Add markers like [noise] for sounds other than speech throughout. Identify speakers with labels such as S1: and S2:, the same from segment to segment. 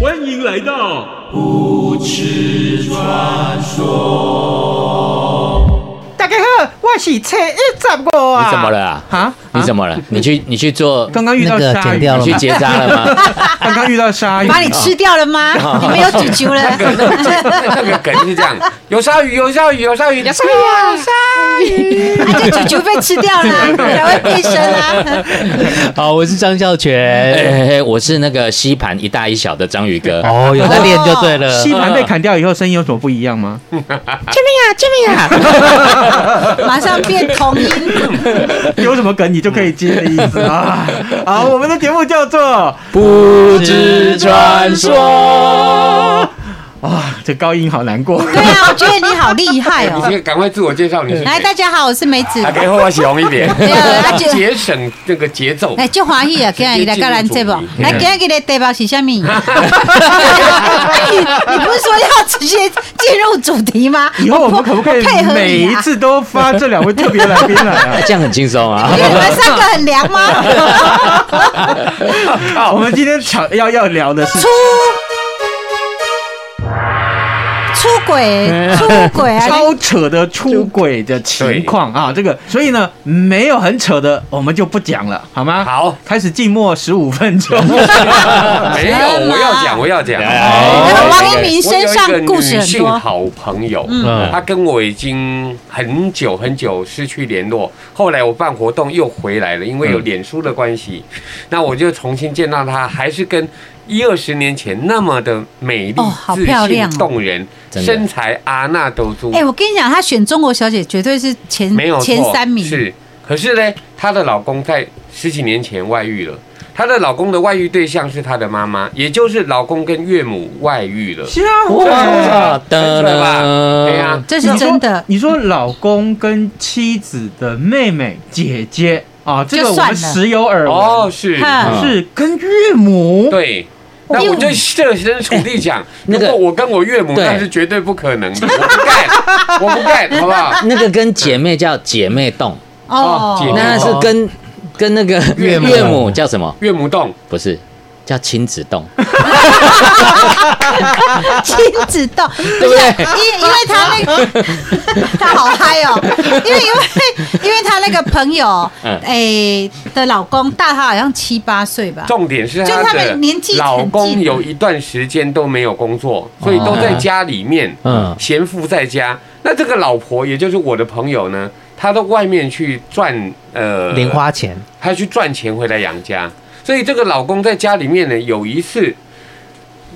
S1: 欢迎来到
S2: 大家好，我是车一十五啊。
S3: 你怎么了啊？
S4: 啊，
S3: 你怎么了？你去你去做，
S4: 刚刚遇到
S2: 那个
S4: 鲨
S2: 剪
S4: 鱼，
S2: 掉
S3: 你
S2: 了
S3: 去
S2: 吗？
S3: 结扎了吗？
S4: 刚刚遇到鲨鱼，
S5: [laughs] 把你吃掉
S4: [laughs]
S5: 了吗？你没有煮球了？ [laughs]
S3: 那个梗是这样，有鲨鱼，有鲨鱼，有鲨鱼，有鲨
S5: 啊，这煮球被吃掉了，才会变
S4: [laughs]
S5: 身啊！
S2: [laughs] 好，我是张孝全。
S3: 鱼。我是那个吸盘一大一小的章鱼哥。
S2: 哦，有在练就对了。
S4: 哦吸盘被
S2: [laughs]
S4: 砍掉以后，声音有什么不一样 [laughs] 吗？
S5: 马上变童音，
S4: 有什么梗你就可以接的意思啊？好，我们的节目叫做
S3: 不知传说，
S4: 啊，这高音好难过。
S5: 对啊，我觉得你好厉害
S6: 你
S5: 哦。
S6: 先赶快自我介绍，你是
S5: 来，
S6: 谁？
S5: 大家好，我是梅子
S4: [laughs]
S6: 啊，。给我熊一点
S5: 对啊啊，就
S6: 节省那个节奏。
S5: 哎，就欢喜啊！今日来跟
S4: [laughs]
S5: 咱节目，来今日的题目是啥物？ [laughs] 哎你你不是说要直接进入主题吗？
S4: 以后我们可不可以
S5: 配合
S4: 每
S5: 你
S4: 一
S5: 啊？
S4: 次都发这两位特别来宾来啊？
S3: 这样很轻松啊
S2: [laughs]
S5: 因。为你们三个很
S4: [laughs]
S5: 凉吗？
S4: 啊好，我们今天想要要聊的是
S5: 出出轨、
S4: [laughs]
S5: 出轨啊！
S4: 超扯的出轨的情况啊，这个，所以呢，没有很扯的，我们就不讲了，好吗？
S6: 好，
S4: 开始静默十五分钟。
S6: 没有，我要讲，我要讲。
S3: 来
S5: 那个
S3: 来
S5: 王一鸣身上故事
S6: 我有一个
S5: 很
S6: 女性
S5: 多，
S6: 好朋友，
S3: 嗯
S6: 她跟我已经很久很久失去联络。后来我办活动又回来了，因为有脸书的关系，那我就重新见到她，还是跟一二十年前那么的美丽、
S5: 哦好
S6: 自
S5: 漂亮
S6: 信
S5: 哦、
S6: 动人，
S3: 真的
S6: 身材阿娜都珠。
S5: 哎、我跟你讲，她选中国小姐绝对是前
S6: 没有错
S5: 嗯前三名，
S6: 是，可是呢，她的老公在十几年前外遇了。她的老公的外遇对象是她的妈妈，也就是老公跟岳母外遇了。
S4: 是啊，我
S3: 哇，
S6: 很准吧对呀、
S5: 这是真的。
S4: 你说老公跟妻子的妹妹、姐姐啊，这个
S5: 就
S4: 我
S5: 算
S4: 们
S5: 了
S4: 时有耳闻。
S6: 哦，是，
S5: 哼
S4: 是跟岳母，
S6: 对。那我就设身处地讲，
S3: 那个
S6: 如果我跟我岳母，
S3: 对
S6: 那是绝对不可能的，我不干， [laughs] 我不干，好不好？
S3: 那个跟姐妹叫姐妹洞，
S5: 哦
S6: 哦，姐
S3: 那是跟跟那个
S6: 岳母
S3: 岳母叫什么？
S6: 岳母洞，
S3: 不是，叫亲子
S2: [laughs]
S3: 洞。
S5: 亲子洞，
S3: 对不对
S5: 因因为她那
S6: [laughs]
S5: 个，她好嗨哦，因为因为因为她那个朋友，
S3: 嗯
S5: 哎、的老公大她好像七八岁吧，
S6: 重点是
S5: 就是
S6: 她
S5: 他
S6: 的
S5: 们年纪
S6: 老
S5: 很
S6: 公
S5: 近
S6: 有一段时间都没有工作，所以都在家里面，
S3: 嗯
S6: 嗯，闲赋在家。那这个老婆，也就是我的朋友呢，她到外面去赚呃
S2: 零花钱，
S6: 她去赚钱回来养家，所以这个老公在家里面呢，有一次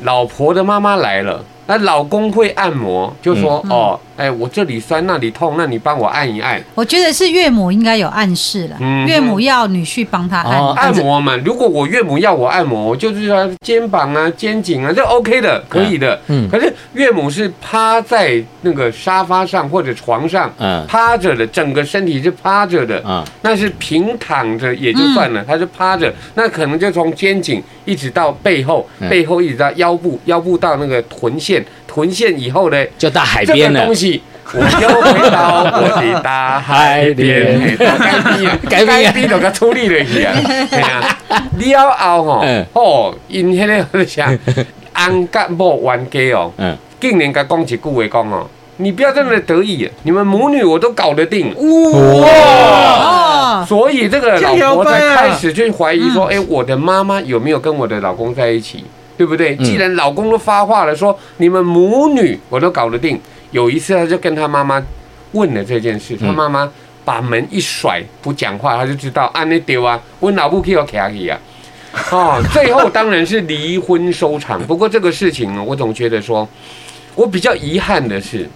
S6: 老婆的妈妈来了，那老公会按摩，就说、
S2: 嗯
S6: 哦，哎，我这里酸那里痛，那你帮我按一按。
S5: 我觉得是岳母应该有暗示了，
S6: 嗯
S5: 岳母要女婿帮她按，
S3: 哦
S6: 啊按摩嘛，如果我岳母要我按摩，我就是说肩膀啊、肩颈啊，这 OK 的，可以的。
S3: 嗯
S6: 可是岳母是趴在那个沙发上或者床上，
S3: 嗯
S6: 趴着的，整个身体是趴着的，
S3: 嗯
S6: 那是平躺着也就算了，他是趴着，那可能就从肩颈一直到背后，
S3: 嗯
S6: 背后一直到腰部，腰部到那个臀线，臀线以后呢，
S3: 就到海
S6: 这
S3: 边
S6: 个
S3: 了
S6: 东。西。我又回到我的大海边，嘿
S3: 改
S6: 该
S3: 变
S6: 逼逼就给处理了去啊！嘿啊，了后吼
S3: 嗯，
S6: 哦，因迄个啥，翁甲某冤家哦，
S7: Ừ.
S3: 嗯，
S6: 竟然甲讲一句话讲哦，你不要这么的得意，你们母女我都搞得定。
S3: 啊
S5: 哦，
S6: 所以这个
S4: 这
S6: 老
S4: 摇
S6: 婆
S4: 摆啊
S6: 才开始去怀疑
S3: 嗯
S6: 说，哎、我的妈妈有没有跟我的老公在一起，对不对？
S3: 嗯
S6: 既然老公都发话了说，你们母女我都搞得定。有一次，她就跟她妈妈问了这件事，她
S3: 嗯
S6: 妈妈
S3: [laughs]
S6: 把门一甩，不讲话，她就知道啊，那丢啊，我老母去要卡去啊。哦，最后当然是离婚收场。不过这个事情呢，我总觉得说，我比较遗憾的是，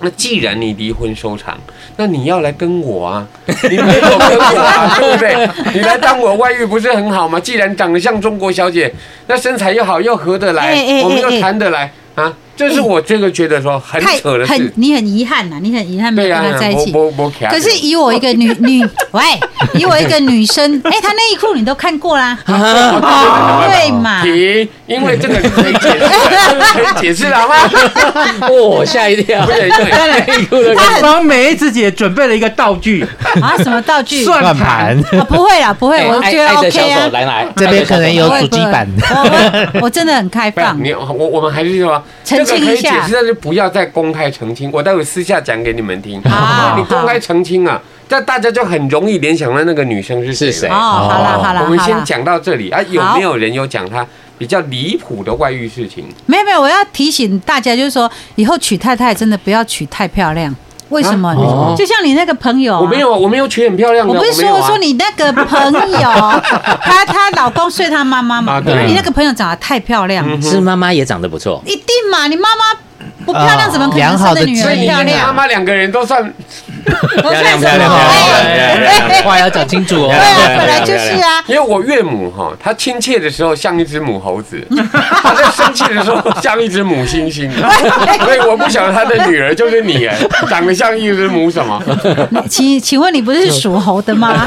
S6: 那既然你离婚收场，那你要来跟我啊， [laughs] 你没有跟我啊，对不对？你来当我外遇不是很好吗？既然长得像中国小姐，那身材又好，又合得来，
S5: 哎哎
S6: 我们
S5: 哎
S6: 又
S5: 哎
S6: 谈得来啊，这是我这个觉得说很扯的
S5: 嗯很
S6: 事。
S5: 你很遗憾呐，你很遗憾没
S6: 对啊
S5: 有
S6: 呀、
S5: 跟他在一起。
S6: 我我我卡
S5: 可是
S6: [laughs]
S5: 以我一个女女，喂，以我一个女生，哎、她内裤你都看过啦， [laughs] 对嘛？
S6: 啊停，因为这个是可以解释的，这个可以解释的好吗？ [laughs]
S7: 哦，吓一跳
S6: 不。是对。 [laughs]
S4: 我哎帮梅子姐准备了一个道具，
S5: 啊，什么道具？
S4: 算
S5: 啊，
S2: 算
S5: [laughs]
S2: 盘，
S5: 不会啦，
S6: 哎
S5: 不会，哎我
S7: 爱
S5: 觉得
S7: 爱的小
S5: OK
S7: 手
S5: 啊。哎
S7: 来来，
S2: 这边可能有
S5: 不会
S2: 主机版
S5: 不会我我我真的很开
S6: 不要
S5: 放，
S6: 你我我们还是说，
S5: 澄清
S6: 这个可以
S5: 一下
S6: 解释，但是不要再公开澄清。我待会私下讲给你们听。
S5: 好
S6: 你公开澄清啊，这大家就很容易联想到那个女生是谁了。
S7: 是谁
S5: 哦，好啦好啦，
S6: 我们
S5: 好啦
S6: 先讲到这里啊，有没有人有讲她比较离谱的外遇事情？
S5: 没有没有，我要提醒大家，就是说以后娶太太真的不要娶太漂亮。为什么？就像你那个朋友、啊，
S6: 啊哦我没有，啊，我没有娶很漂亮的，
S5: 我不是
S6: 没
S5: 说
S6: 有
S5: 我
S6: 啊
S5: 说你那个朋
S2: [laughs]
S5: 友，她她老公睡她妈妈嘛
S6: 啊，对
S5: 那你那个朋友长得太漂亮了，
S7: 是妈妈也长得不错，
S5: 一定嘛，你妈妈不漂亮
S2: 哦
S5: 怎么可能
S2: 良好
S5: 生
S2: 的啊
S5: 的女
S2: 基
S6: 所
S5: 儿
S6: 以
S2: 因
S6: 你
S5: 漂
S6: 跟你妈
S5: 亮？
S6: 妈两个人都算
S5: 我算什
S7: 亮
S5: 么？
S7: 漂
S5: 哎
S7: 亮
S5: 哎
S2: 话要讲清楚
S5: 对
S2: 哦。
S5: 啊，本来就是啊。
S6: 因为我岳母哈，她亲切的时候像一只母猴
S5: [laughs]
S6: 子，她在生气的时候像一只母猩猩，所以我不晓得她的女儿就是你哎，长得像一只母什么？
S5: 请请问你不是属猴的吗？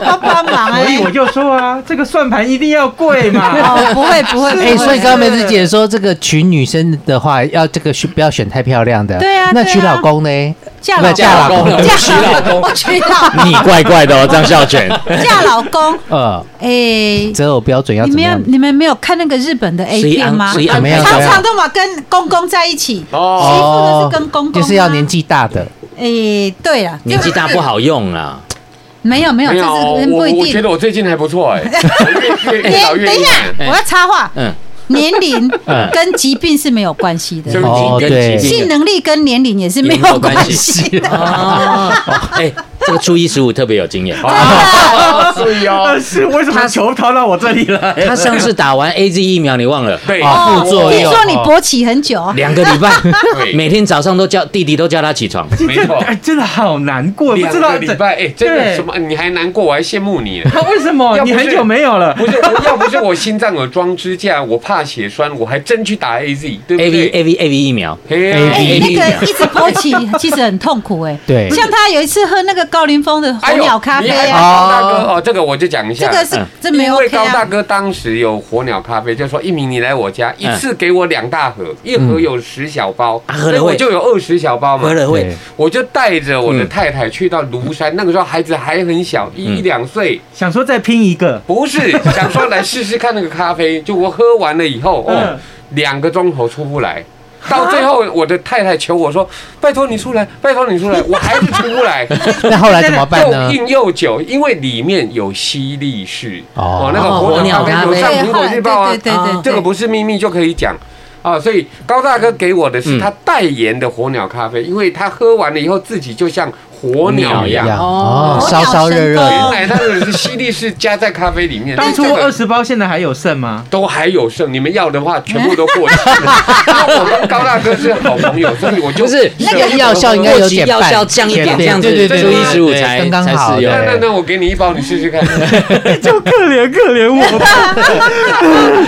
S5: 帮帮忙
S4: 所以 [laughs]
S5: 哎
S4: 我！就说啊，这个算盘一定要贵嘛。
S5: [laughs] 哦，
S4: [laughs]
S5: 不会不会，
S2: 哎，
S5: 不会
S2: 所以刚刚梅子姐说，这个娶女生的话，要这个选不要选太漂亮的。
S5: 对啊
S2: 那
S5: 对啊
S2: 娶老公呢？
S5: 嫁
S2: 不
S5: 老
S2: 嫁老公，
S5: 嫁老公，我娶老
S8: 你怪怪的哦，张孝全。
S5: 嫁老公。
S2: 呃，
S5: 哎，
S2: 择偶标准要
S5: 你
S2: 怎么
S5: 们
S2: 样
S5: 有？你们没有看那个日本的 A
S7: 谁
S5: 片
S7: 安
S5: 吗？
S7: 谁啊安
S2: 怎么样
S7: 排
S5: 哎常
S2: 怎么
S5: 常
S2: 样
S5: 都嘛跟公公在一起，媳
S6: 哦
S5: 妇都是跟公公啊，
S2: 哦就是要年纪大的，
S5: 诶，对了，
S7: 年纪大
S5: 就是
S7: 不，好用啊。
S5: 没有没有，
S6: 没
S5: 这
S6: 有，哦
S5: 是
S6: 我
S5: 不一
S6: 我觉
S5: 定
S6: 得。我最近还不错哎，
S5: [laughs]
S6: 我越越越老
S5: 等
S6: 越
S5: 一
S6: 硬
S5: 下
S6: 哎，
S5: 我要插话，
S7: 嗯，
S5: 年龄
S7: 嗯
S5: 跟疾病是没有关系
S6: 就
S5: 的
S6: 是，
S2: 哦
S7: 跟
S2: 对
S7: 疾病
S5: 性
S7: 的
S5: 能力跟年龄也是没
S7: 也没有
S5: 有
S7: 关
S5: 关
S7: 系
S5: 系的。
S7: [laughs] 哦，哎，这个初一十五特别有经验。
S6: 啊，所以哦
S4: 但，是为什么球跑到我这里来？
S7: 他上次打完 A Z 疫苗，你忘了？
S6: 对
S2: 哦副作
S5: 听
S2: 用
S5: 说你勃起很久，
S7: 两个礼拜，
S6: 对
S7: [laughs] 每天早上都叫弟弟都叫他起床。
S6: 没错
S4: 哎，真的好难过，不
S6: 两
S4: 知道
S6: 个礼拜哎，真的
S4: 对
S6: 什么？你还难过，我还羡慕你呢。
S4: 他为什么
S6: 要不是
S4: 你很久没有了？
S6: 不是，我要不是我心脏有装支架，我怕血栓，我还真去打 A Z，对不
S7: A V
S6: 对
S7: A V A V 疫苗，
S6: 嘿呀
S2: AV
S5: 哎，那个一直勃起其实很痛苦哎。
S2: 对
S5: 像他有一次喝那个高凌风的
S6: 哎
S5: 红
S6: 呦，
S5: 鸟咖啡
S6: [laughs] 你还
S5: 啊，
S6: 高大哥哦，这个我就讲一下。
S5: 这个是这没
S6: 因
S5: 有
S6: 为
S5: OK
S6: 高大
S5: 啊。
S6: 哥当时有火鸟咖啡，就说一鸣你来我家，一
S7: 嗯
S6: 次给我两大盒，一盒有十小包，
S7: 啊喝
S6: 所
S7: 了
S6: 以我
S7: 会
S6: 就有二十小包嘛
S7: 喝。了会
S2: 对
S6: 我就带着我的
S7: 嗯
S6: 太太去到庐山，那个时候孩子还很小，一
S7: 嗯
S6: 两岁，
S4: 想说再拼一个，
S6: 不是
S7: [laughs]
S6: 想说来试试看那个咖啡。就我喝完了以后，哦
S4: 嗯，
S6: 两个钟头出不来。到最后，我的太太求我说：“拜托你出来，拜托你出来！”我还是出
S7: [laughs]
S6: 不来。
S2: 那后来怎么办呢
S6: 又？硬又久，因为里面有犀利士
S2: 哦
S6: 哦，那个
S7: 哦
S6: 火鸟咖啡
S7: 火
S6: 有
S7: 鸟咖啡
S6: 上苹
S5: 对哎后
S6: 果
S5: 来
S6: 日报啊
S5: 对，对对
S7: 啊
S5: 对，
S6: 这个不是秘密就可以讲啊。所以高大哥给我的是
S7: 嗯
S6: 他代言的火鸟咖啡，因为他喝完了以后自己就像火鸟一
S2: 一样
S6: 样。
S2: 哦，
S5: 哦
S2: 烧烧热热
S5: 鸟
S2: 的
S6: 原来
S5: 神，
S6: 他的是犀利士加在咖啡里面，哎
S4: 当初
S6: 这个
S4: 二十包，现在还有剩吗？
S6: 都还有剩，你们要的话全部都过期
S5: [laughs]
S6: 了。那我跟高大哥是好朋友，所以我就
S7: 不
S6: 哦
S7: 是
S2: 那个药效应该有点
S7: 药
S2: 半
S7: 效降一点，这样子，
S2: 对对对
S7: 初
S2: 对
S7: 一十五才
S2: 对刚刚好
S7: 才适用
S6: 那
S2: 对
S6: 那那我给你一包，你试试
S5: [laughs]
S6: 看。
S4: 就可怜可怜我吧。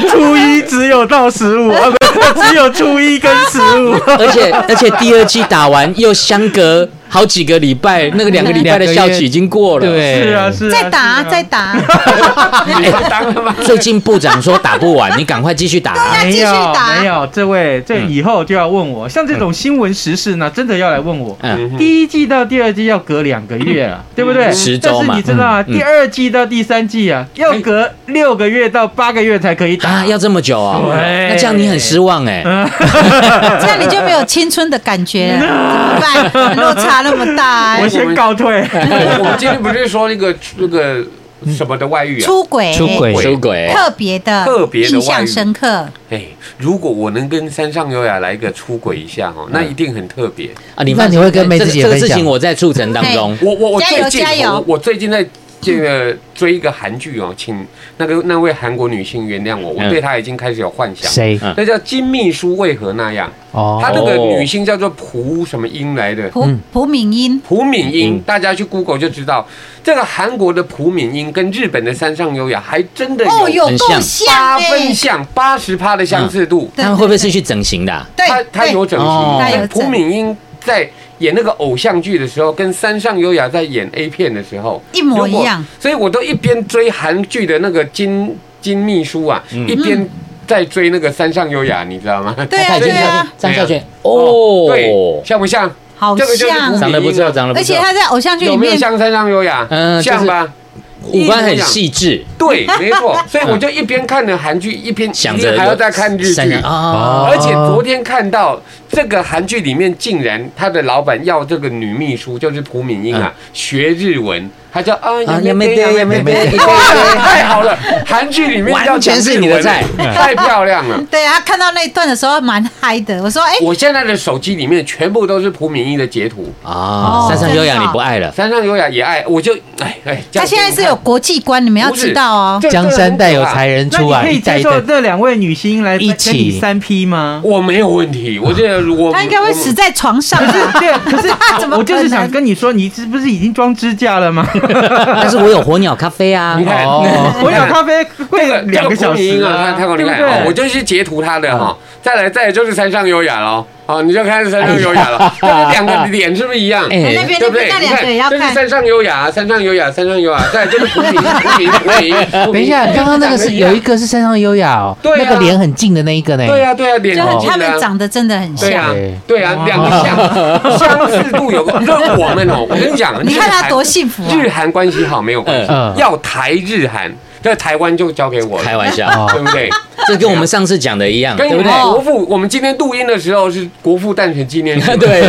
S4: 初一只有到十五，啊不是，只有初一跟十五。
S7: 而且而且第二季打完又相隔好几个礼拜，那个两个礼拜的效期已经过了。
S2: 对
S4: 是
S7: [laughs]
S4: 啊，是啊。
S5: 再打啊
S4: 是啊
S5: 再打 [laughs] 啊，
S6: 你不当了吗？
S7: 最近部长说打不完，你赶快继续打啊。
S5: 继
S4: 没
S5: 续
S4: 有
S5: 打
S4: 没有，这位这
S7: 嗯
S4: 以后就要问我，像这种新闻时事呢，真的要来问我。
S7: 嗯，
S4: 第一季到第二季要隔两个月啊，对不对？
S7: 十周嘛
S4: 但是你知道啊，
S7: 嗯
S4: 第二季到第三季啊，要隔六个月到八个月才可以打。
S7: 啊，要这么久啊？
S4: 对
S7: 那这样你很失望哎。
S2: 嗯
S5: 这样你就没有青春的感觉
S6: [laughs]
S5: 了，怎么办？落差那么大、
S4: 我
S5: 欸，
S4: 先告退。
S6: 我 [laughs] 我们今天不是说那个那个什么的外遇啊？
S5: 出轨、
S2: 出轨嗯
S7: 出轨，
S5: 特别的、
S6: 特别的
S5: 印
S6: 外
S5: 象
S6: 遇
S5: 深刻。
S6: 哎，如果我能跟山上优雅来一个出轨一下
S5: 嗯
S6: 哦，那一定很特别。
S7: 啊，你
S2: 那你会跟梅子姐
S7: 这个
S2: 分
S7: 这个
S2: 享
S7: 事情我在促成当中，
S6: 我我我
S5: 加
S6: 最
S5: 油
S6: 近
S5: 加油
S6: 我我最近在这个追一个韩剧哦，请那个那位韩国女性原谅我，我
S7: 嗯
S6: 对她已经开始有幻想。
S4: 谁？
S5: 啊
S7: 嗯
S6: 那叫金秘书为何那样？
S4: 哦
S6: 她那个女性叫做朴什么英来的，
S5: 朴嗯朴敏英，
S6: 朴敏英，大家去 Google 就知道，这个韩国的朴敏英跟日本的山上优雅还真的有
S5: 哦，有
S7: 很
S5: 够
S7: 像
S5: 像
S6: 八
S5: 哎
S6: 分，像八十趴的相似度。
S5: 对
S7: 他们会不会是去整形的啊？
S5: 对
S6: 她，她
S5: 对
S6: 有整
S7: 哦
S6: 形，
S5: 她有
S6: 但朴
S5: 整
S6: 敏英在演那个偶像剧的时候，跟山上优雅在演 A 片的时候
S5: 一模一
S6: 如果
S5: 样
S6: 所以我都一边追韩剧的那个金金秘书啊，
S7: 嗯
S6: 一边在追那个山上优雅，你知道吗？
S5: 对啊
S6: [laughs]
S7: 他已
S5: 对
S7: 经
S5: 啊，
S7: 张孝全
S6: 哦对
S7: 哦，，
S6: 像不像？
S5: 好
S6: 这个就是朴敏英
S5: 像
S6: 啊，
S7: 长得不错，长得不
S5: 而且
S7: 错，
S5: 他在偶像剧
S6: 有
S5: 里
S6: 没有
S5: 面，
S6: 像山上优雅？
S7: 嗯就是
S6: 像吧。
S7: 五官很细致，
S6: 对，没
S7: [laughs]
S6: 错，所以我就一边看了韩剧，一边
S7: 想
S6: 一
S7: 着
S6: 定还要再看日
S7: 三
S6: 剧
S7: 人。啊，
S6: 而且昨天看到这个韩剧里面，竟然他的老板要这个女秘书，就是朴敏英啊，学日文，他叫啊，也没得，也没得， [laughs] 太好了！韩剧里面要
S7: 完全是你的菜
S6: 讲日文 [laughs] 太漂亮了。
S5: 对啊，看到那一段的时候蛮嗨的。我说，哎，
S6: 我现在的手机里面全部都是朴敏英的截图，
S7: 啊，山上优雅你不爱了，
S6: 山上优雅也爱，我就哎哎，这样
S5: 他现在
S6: 给你
S5: 是
S6: 看
S5: 有国际观，你们要
S6: 不是
S5: 知道哦。
S6: 这
S9: 江山代有才人
S4: 那
S9: 出
S4: 你
S9: 啊，
S4: 可
S9: 一
S4: 以
S9: 代
S4: 接
S9: 一代。
S4: 受这两位女星来
S9: 一
S4: 跟你
S9: 起
S4: 三 P 吗？
S6: 我没有问题，我觉得我
S5: 他应该会死在床上吧？
S4: 对，可是
S5: 他 [laughs] 怎么
S4: 我我就是
S5: 可能
S4: 想跟你说，你是不是已经装支架了吗？
S7: 但是我有火鸟咖啡啊
S6: 你，看，
S4: [laughs] 我
S6: [laughs]
S4: 有咖啡
S6: 这
S4: 会
S6: 个
S4: 两个小时
S6: 啊，
S4: 啊，
S6: 太过
S4: 对
S6: 你
S4: 不
S6: 看，哦我
S4: 对？
S6: 就是截图他的
S9: 啊
S6: 哈，再来再来就是山上优雅喽，哦，你就看山上优雅了，
S9: [laughs]
S6: 他们两个脸是不是一样？
S5: 哎那
S7: [laughs] 哎，
S6: 对
S5: 边那
S6: 不对？
S5: 边那
S6: 你
S5: 两个也要
S6: 看，这是
S5: 看，
S6: 山上优雅，山上优雅，山上优啊雅，再来
S5: [laughs]
S6: 就是胡敏，胡敏，胡敏。
S9: 等一下，刚刚那个是有一个是山上优雅哦，
S6: 对啊
S9: 那个脸很近的那一个呢？
S6: 对啊呀对呀，脸
S5: 就很
S6: 近
S5: 他
S6: 的啊
S5: 们长得真的很
S6: 对
S5: 像。
S6: 呀
S9: 对
S6: 对呀，两个
S9: [laughs]
S6: 相相似度有个，你知道我们哦，我跟你讲，
S5: [laughs] 你看
S6: 日
S5: 他
S6: 韩
S5: 多幸福啊！
S6: 日韩关系好没有关系
S9: 嗯，
S6: 要台日韩，这台湾就交给我
S7: 开
S6: 了，
S7: 玩笑，
S6: 对不
S9: [laughs]
S6: 对？
S7: 哦这 [laughs] 跟我哦们上次讲的一样，
S6: 跟
S7: 嗯对不
S6: 我们
S7: 对？
S6: 国父，我们今天录音的时候是国父诞辰纪念日嘛，
S7: [laughs] 对
S6: [laughs]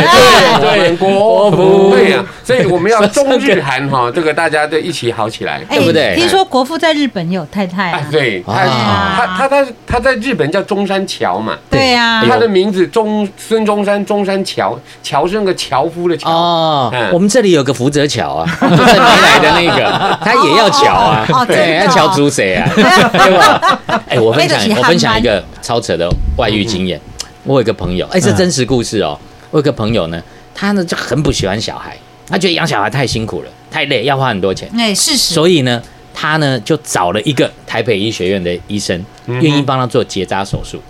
S7: 对
S6: 我
S7: 对，
S6: 们国
S7: 父
S6: 对呀，所以我们要中日
S7: [laughs]
S6: 韩哈，这个大家都一起好起来。
S5: 哎
S7: 对不对
S5: 听说国父在日本也有太太
S6: 哎
S5: 啊，？
S6: 对他，
S7: 啊
S6: 他他在他在日本叫中山桥嘛，
S5: 对啊呀，
S7: 啊
S6: 他
S7: 哎
S6: 的名字中孙中山，中山桥，桥是那个樵夫的樵，
S7: 哦
S6: 嗯，
S7: 我们这里有个福泽桥 [laughs] 啊，就是你来的那个， [laughs] 他也要桥啊
S5: 哦哦哦，真
S7: 对，
S5: 的哦
S7: 要桥主谁啊？对吧？哎，我分享
S5: 那就是，
S7: 我
S5: 韩
S7: 分享一个超扯的外遇经验。我有一个朋友，哎，这真实故事哦。我有个朋友呢，他呢就很不喜欢小孩，他觉得养小孩太辛苦了，太累，要花很多钱，
S5: [laughs] 哎，事实
S7: 所以呢，他呢就找了一个台北医学院的医生，
S6: 嗯
S7: 愿意帮他做结扎手术。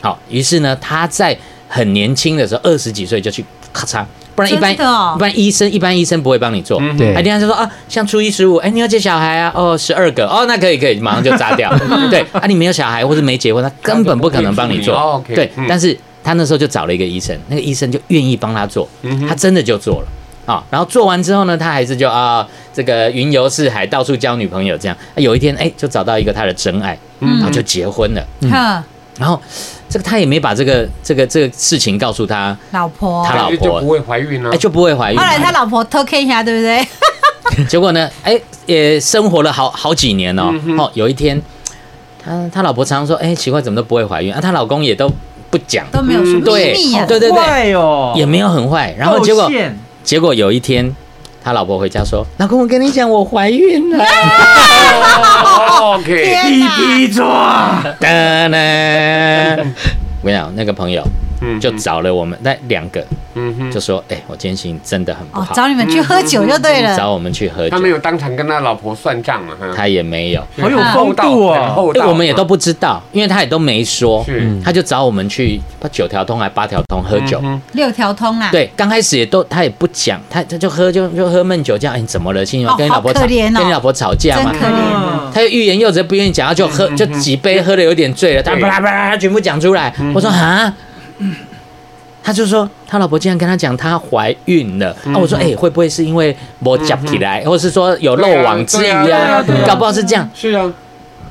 S7: 好，于是呢，他在很年轻的时候，二十几岁就去咔嚓，不然一般、
S5: 真的哦
S7: 一般医生一般医生不会帮你做。
S6: 嗯
S9: 对
S7: 哎，人家就说啊，像初一十五，哎，你要接小孩啊？哦，十二个，哦，那可以可以，马上就扎掉。
S6: 嗯
S7: 对啊，你没有小孩或者没结婚，他根本不可能帮你做。
S6: 哦，OK，
S7: 对
S6: 嗯，
S7: 但是他那时候就找了一个医生，那个医生就愿意帮他做，
S6: 嗯哼
S7: 他真的就做了啊。然后做完之后呢，他还是就啊，这个云游四海，到处交女朋友这样。啊有一天，哎，就找到一个他的真爱，
S6: 嗯
S7: 然后就结婚了。嗯
S5: 哼，
S7: 然后这个他也没把这个这个这个事情告诉他，
S5: 老婆。
S7: 他
S5: 后
S7: 老
S6: 但是就不会怀孕啊
S7: 哎，。就不会怀孕。
S5: 来他老婆偷看一下，对不对？
S7: 结果呢，哎，也生活了好好几年哦
S6: 嗯。哼
S7: 哦，有一天，他他老婆常常说，哎，奇怪，怎么都不会怀孕啊？她老公也都不讲，
S5: 都没有说秘
S7: 嗯对
S5: 密啊。
S7: 对对对，
S4: 怪哦，
S7: 也没有很坏。然后结果
S4: 露馅
S7: 结果有一天，他老婆回家说，老公，我跟你讲，我怀孕了。
S6: 哦 OK，
S5: 天
S4: 一
S5: 哪
S4: 批抓，
S7: [laughs] 哒啦我跟你讲，那个朋友
S6: 嗯
S7: 就找了我们那两个，
S6: 嗯哼
S7: 就说，哎，我今天心情真的很不
S5: 哦，
S7: 好，嗯
S5: 找你们去喝酒就对了。
S7: 找我们去喝酒
S6: 他，没有当场跟他老婆算账嘛，哈，
S7: 他也没有。
S4: [laughs] 好有风
S6: 厚道 [laughs]
S4: 度
S6: 很
S4: 哦。
S6: 厚
S7: 哎
S6: 道，
S7: 我们也都不知道，因为他也都没说，
S6: 是
S7: 嗯他就找我们去九条通还八条通喝酒。
S6: 嗯
S5: 六条通啊，，
S7: 对，刚开始也都他也不讲，他他就喝就就喝闷酒，这样哎你怎么了？心情
S5: 哦
S7: 跟你老婆
S5: 好
S7: 吵，
S5: 可怜哦
S7: 跟你老婆吵架
S5: 真
S7: 嘛。
S5: 可怜。啊
S4: 嗯
S7: 他就欲言又止，不愿意讲，他就喝就几杯，喝的有点醉了，他
S6: 对
S7: 啪啦啪啦全部讲出来。我说啊，他就说他老婆竟然跟他讲她怀孕了。啊，我说哎，会不会是因为我夹起来，或是说有漏
S6: 对啊
S7: 网之鱼
S6: 对啊
S7: 啊
S6: 对啊对啊？
S7: 搞不好是这样。
S6: 是啊，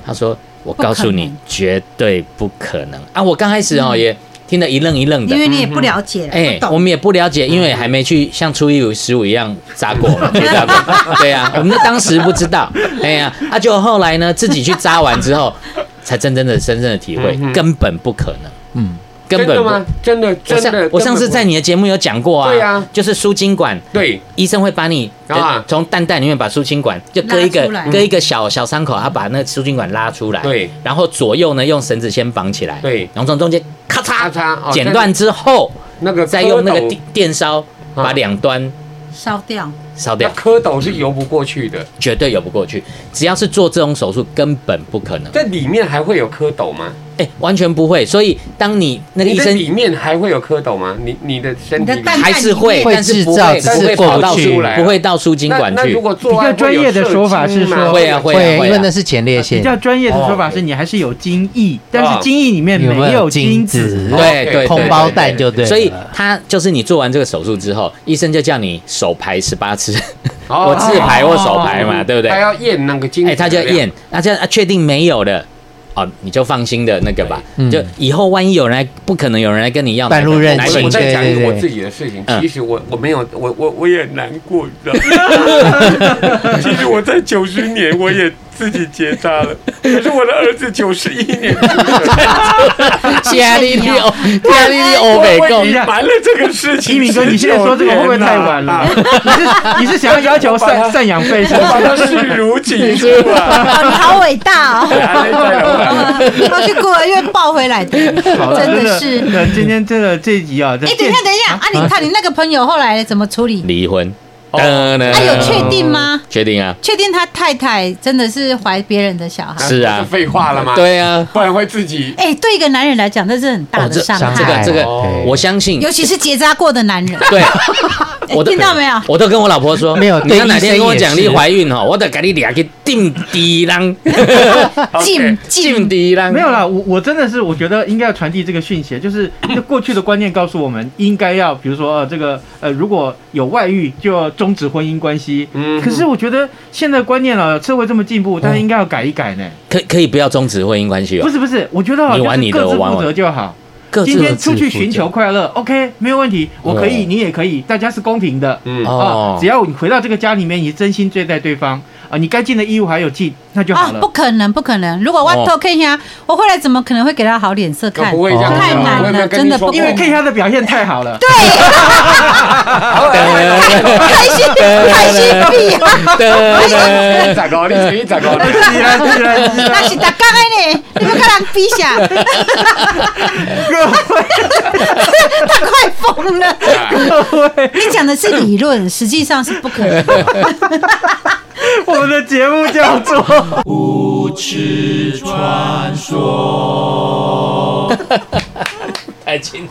S7: 他说：“我告诉
S5: 不可
S7: 你
S5: 能，
S7: 绝对不可能啊！”我刚开始哦、也听得一愣一愣的
S5: 因，为你也不了解了，
S7: 哎、
S5: 不
S7: 我
S5: 懂。
S7: 们也不了解，因为还没去像初一五十五一样扎
S5: [laughs]
S7: 过嘛，没扎过，对呀、我们当时不知道，哎呀、啊，就后来呢，自己去扎完之后，才真正的深深的体会，根本不可能，嗯，根本
S6: 真的
S7: 不
S6: 吗？真的
S7: 我
S6: 真
S7: 上
S6: 的，
S7: 我上次在你的节目有讲过啊，
S6: 对啊
S7: 就是输精管，
S6: 对
S7: 医生会把你
S6: 啊
S7: 从蛋蛋里面把输精管就割一
S5: 拉
S7: 个
S5: 出来
S7: 割一个小小伤口，他把那个输精管拉出来，
S6: 对，
S7: 然后左右呢用绳子先绑起来，
S6: 对
S7: 然后从中间咔嚓
S6: 咔嚓哦
S7: 剪断之后，
S6: 那个
S7: 再用那个
S6: 蝌蚪
S7: 电电烧把两端
S5: 烧
S7: [laughs]
S5: 掉，
S7: 烧
S6: 啊那
S7: 掉，
S6: 蝌蚪是游不过去的，
S7: 绝对游不过去。只要是做这种手术，根本不可能，
S6: 在里面还会有蝌蚪吗？
S7: 哎，完全不会。所以当你那个
S6: 你
S7: 医
S6: 的
S7: 生
S6: 里面还会有蝌蚪吗？你你的身
S5: 你
S6: 体
S5: 的
S6: 里
S5: 蛋
S7: 还是会，
S9: 会
S7: 但是不
S9: 制造
S7: 会
S9: 只
S6: 是
S7: 不会
S6: 过
S7: 跑到
S6: 不
S7: 输
S6: 出来啊
S7: 不会到输精
S6: 那
S7: 管
S6: 那
S7: 去
S6: 如。果做
S4: 比较专业的说法是说
S7: 会啊会啊
S9: 会，因为
S7: 啊
S9: 那是前列
S4: 比
S9: 腺。
S4: 较专业的说法是你还是有精液，
S6: 啊
S4: 但是精液里面
S9: 有
S4: 没
S9: 没有
S4: 精
S9: 精
S4: 子。
S9: 子？
S7: 对对对
S9: 空包蛋就对了。
S7: 所以他就是你做完这个手术之后，医生就叫你手排十八
S6: [laughs]
S7: 次，我自排或手排
S6: 哦
S7: 嘛，对不对？
S6: 他要验那个精子
S7: 哎，
S6: 的量，
S7: 他就验，那这样啊确定没有了，哦，你就放心的那个吧。
S9: 嗯
S7: 就以后万一有人来，不可能有人来跟你要
S9: 半路认
S7: 奶
S9: 亲
S6: 我
S7: 粉
S6: 我
S7: 奶粉
S6: [laughs] 在讲
S9: 对
S6: 一个
S9: 对
S6: 我
S9: 对
S6: 自己的事情，
S7: 嗯
S6: 其实我我没有，我我我也很难过，你知道
S4: [laughs]
S6: 吗？其实我在九十年我也自己结扎了，可是我的儿子九十一
S4: [laughs]
S6: 年出生，
S7: 天利利欧，天利利欧美
S6: 我
S7: 共
S6: 已经瞒了这个事情。
S4: 一鸣哥，你现在说这个会不会太晚了？？你是你是想要要
S6: [laughs]
S4: 求赡赡养费是
S6: 啊我
S4: 不
S6: 把
S4: 是？
S6: 他视如己出啊！
S5: 哇哦你好伟
S7: [laughs]
S5: 大哦！
S6: 来来来来
S5: 要去孤儿院抱
S7: [laughs]
S5: 回来的，
S4: 好了
S5: 真的是。
S4: 对今天 [laughs] 真的这一集啊，哎
S5: 哎，等一下，等一下，啊，你看你那个朋友后来怎么处理？
S7: 离婚，噔噔
S5: 啊，有确定吗？
S7: 确定啊？
S5: 确定他太太真的是怀别人的小孩？
S7: 是
S6: 这
S7: 啊，
S6: 废话了吗？，
S7: 对啊，
S6: 不然会自己
S5: 哎，对一个男人来讲，那是很大
S7: 哦
S5: 的
S7: 这
S5: 伤
S7: 这
S5: 害
S9: 哎
S7: 个，这个
S6: 哦，
S7: 我相信
S5: 尤其是结扎过的男人。 [laughs]
S7: 对，我都
S5: 听到没有
S7: 我都跟我老婆说，
S9: 没有
S7: 你要
S9: 对
S7: 哪天
S9: 医生
S7: 跟我讲
S9: 也
S7: 你
S9: 是
S7: 怀孕哦，我得给你俩去定低
S5: [laughs]
S7: 浪，
S5: 进
S7: 定
S5: 进
S7: 低浪。
S4: 没有啦，我我真的是我觉得应该要传递这个讯
S7: [coughs]
S4: 息，就是就过去的观念告诉我们，应该要比如说、呃、这个呃，如果有外遇就要终止婚姻关系。
S6: 嗯
S4: 可是我觉得现在观念啊，社会这么进
S7: 嗯
S4: 步，但是应该要改一改呢。
S7: 可可以不要终止婚姻关系
S4: 不
S7: 哦，
S4: 是不是，我觉得啊
S7: 你玩
S4: 就是
S7: 你的
S4: 各自
S7: 我玩
S4: 负
S7: 我
S4: 责就好。
S7: 各自
S4: 今天
S7: 的
S4: 出去寻求快乐，OK，没有问题，我可以，
S7: 哦
S4: 你也可以，大家是公平的。
S6: 嗯
S4: 啊
S7: 哦，，
S4: 只要你回到这个家里面，你真心对待对方啊，你该尽的义务还有尽，那就好
S5: 啊，
S4: 了
S5: 不。可能，不可能！如果我偷看一下，我后来怎么可能会给他好脸色看？
S6: 不会这样
S5: 太难了，真的不可
S4: 因为
S5: 能。
S4: K 他的表现太好了。
S5: [laughs] 开心开心屁啊！
S4: 哎
S6: 你咋搞？你你咋搞？
S4: 是啊是啊是啊
S5: 那是大刚的呢，你们看人比下，
S4: 各位
S5: 他快疯了。你讲的是理论，实际上是不可能的。
S4: 我们的节目叫做
S7: 太清